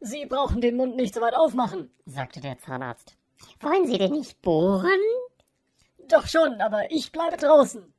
Sie brauchen den Mund nicht so weit aufmachen, sagte der Zahnarzt. Wollen Sie denn nicht bohren? Doch schon, aber ich bleibe draußen.